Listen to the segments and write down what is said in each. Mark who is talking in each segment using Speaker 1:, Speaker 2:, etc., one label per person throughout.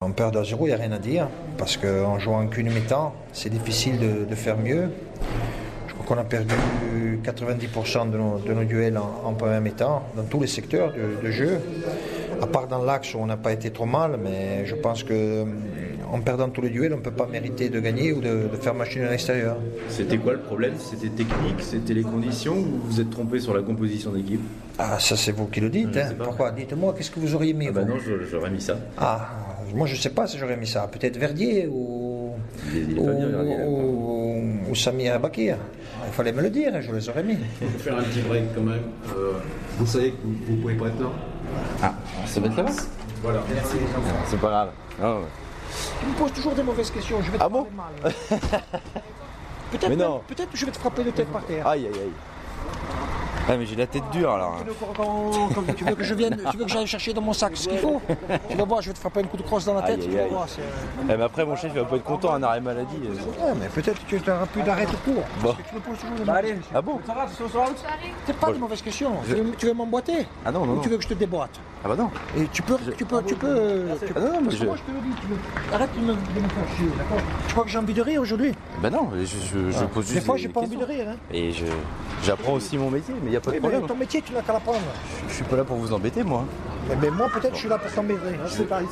Speaker 1: En perd à zéro, il n'y a rien à dire, parce qu'en jouant qu'une mi-temps, c'est difficile de, de faire mieux. Je crois qu'on a perdu 90% de nos, de nos duels en, en première mi-temps, dans tous les secteurs de, de jeu. À part dans l'axe où on n'a pas été trop mal, mais je pense que euh, en perdant tous les duels, on ne peut pas mériter de gagner ou de, de faire machine à l'extérieur.
Speaker 2: C'était quoi le problème C'était technique C'était les conditions Ou vous êtes trompé sur la composition d'équipe
Speaker 1: Ah, ça c'est vous qui le dites.
Speaker 2: Je
Speaker 1: hein.
Speaker 2: sais pas.
Speaker 1: Pourquoi Dites-moi, qu'est-ce que vous auriez mis
Speaker 2: Ah bah
Speaker 1: vous
Speaker 2: non, je- j'aurais mis ça.
Speaker 1: Ah, moi je sais pas si j'aurais mis ça. Peut-être Verdier ou,
Speaker 2: Il est- il est
Speaker 1: ou,
Speaker 2: pas bien, Verdier, là,
Speaker 1: ou- ou Samir et Bakir. Il fallait me le dire, je les aurais mis.
Speaker 3: peut faire un petit break quand même. Euh, vous savez que vous, vous pouvez pas être là.
Speaker 4: Ça va être là-bas
Speaker 3: Voilà. Merci.
Speaker 4: C'est pas grave. Non, mais-
Speaker 1: Tu me poses toujours des mauvaises questions, je vais te
Speaker 4: Ah bon
Speaker 1: frapper mal. Peut-être
Speaker 4: Mais non.
Speaker 1: peut je vais te frapper de tête par terre.
Speaker 4: Aïe, aïe, aïe. Ah, mais j'ai la tête dure alors.
Speaker 1: Tu veux qu'on- qu'on- Tu veux que je vienne, tu veux que j'aille chercher dans mon sac ce qu'il faut Tu vas voir, je vais te frapper une coup de crosse dans la tête.
Speaker 4: Aïe,
Speaker 1: tu
Speaker 4: aïe,
Speaker 1: vas
Speaker 4: aïe.
Speaker 1: voir, c'est- euh,
Speaker 4: Eh, mais après, mon chef, il va pas être content, un arrêt maladie.
Speaker 1: Ouais, mais peut-être que tu auras plus d'arrêt de cours.
Speaker 4: Bon.
Speaker 1: Ah, Parce que tu me poses toujours des mauvaises questions.
Speaker 4: Ah bon
Speaker 1: C'est pas de mauvaises questions. Tu veux- Tu veux m'emboîter
Speaker 4: Ah non, non,
Speaker 1: Ou tu
Speaker 4: non.
Speaker 1: veux que je te déboîte
Speaker 4: Ah bah non.
Speaker 1: Et tu peux, tu peux, tu peux. euh, tu-
Speaker 4: Ah non, non, mais
Speaker 1: parce que
Speaker 4: je-
Speaker 1: moi je te le dis, tu me- arrête de me, de me faire chier, d'accord Tu crois que j'ai envie de rire aujourd'hui
Speaker 4: Bah non, je, je, je pose juste.
Speaker 1: Ah. Des fois
Speaker 4: des
Speaker 1: j'ai pas envie de
Speaker 4: questions.
Speaker 1: rire. Hein.
Speaker 4: Et je. J'apprends aussi mon métier, mais il a pas de
Speaker 1: Eh ben,
Speaker 4: problème.
Speaker 1: ton métier, tu l'as qu'à l'apprendre.
Speaker 4: Je suis pas là pour vous embêter, moi.
Speaker 1: Mais, mais moi peut-être je suis là pour t'embêter. hein, c'est par ici.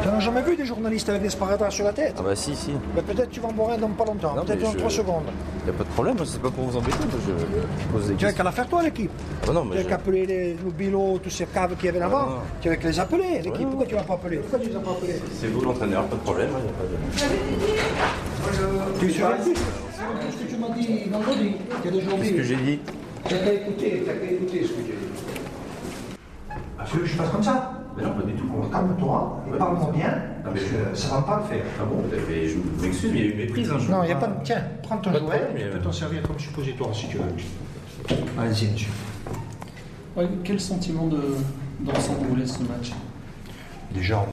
Speaker 1: Tu n'as jamais vu des journalistes avec des sparadraps sur la tête
Speaker 4: Ah bah si, si.
Speaker 1: Mais Peut-être tu vas en boire un dans pas longtemps,
Speaker 4: Non,
Speaker 1: peut-être
Speaker 4: mais
Speaker 1: dans
Speaker 4: je-
Speaker 1: 3 secondes.
Speaker 4: Y a pas de problème, c'est pas pour vous embêter, moi, je pose des
Speaker 1: Tu n'as
Speaker 4: questions.
Speaker 1: qu'à la faire toi l'équipe.
Speaker 4: Ah non, mais
Speaker 1: tu n'as
Speaker 4: je- Ah.
Speaker 1: qu'à appeler les Loubilo, tous ces caves qu'il y avait là-bas. Tu n'as qu'à les appeler, l'équipe. Pourquoi tu ne vas pas appeler Pourquoi tu les as pas appelés
Speaker 4: C'est vous l'entraîneur, pas de problème. hein, y a pas de-
Speaker 1: Tu suis tout ce que tu m'as dit vendredi, il y a des jours
Speaker 4: Qu'est-ce que j'ai dit
Speaker 1: Tu n'as qu'à écouter, tu n'as qu'à écouter ce que j'ai dit. Ah, tu veux que je fasse comme ça
Speaker 2: Mais non, pas du tout.
Speaker 1: Calme-toi et parle-moi bien, parce que ça ne va pas le faire.
Speaker 2: Ah bon mais Je m'excuse, mais il y a eu méprise. Hein, je-
Speaker 1: Non, il n'y a pas de... Tiens, prends ton
Speaker 2: Pas de
Speaker 1: jouet,
Speaker 2: problème,
Speaker 1: tu peux
Speaker 2: mais-
Speaker 1: t'en servir comme suppositoire si tu veux. Allez-y, monsieur.
Speaker 5: Ouais, quel sentiment de- d'ensemble vous laisse ce match
Speaker 1: Déjà,